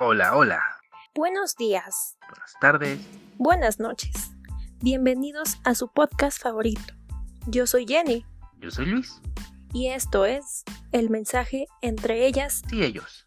Hola, hola. Buenos días. Buenas tardes. Buenas noches. Bienvenidos a su podcast favorito. Yo soy Jenny Yo soy Luis. y esto es El mensaje entre ellas Sí, ellos.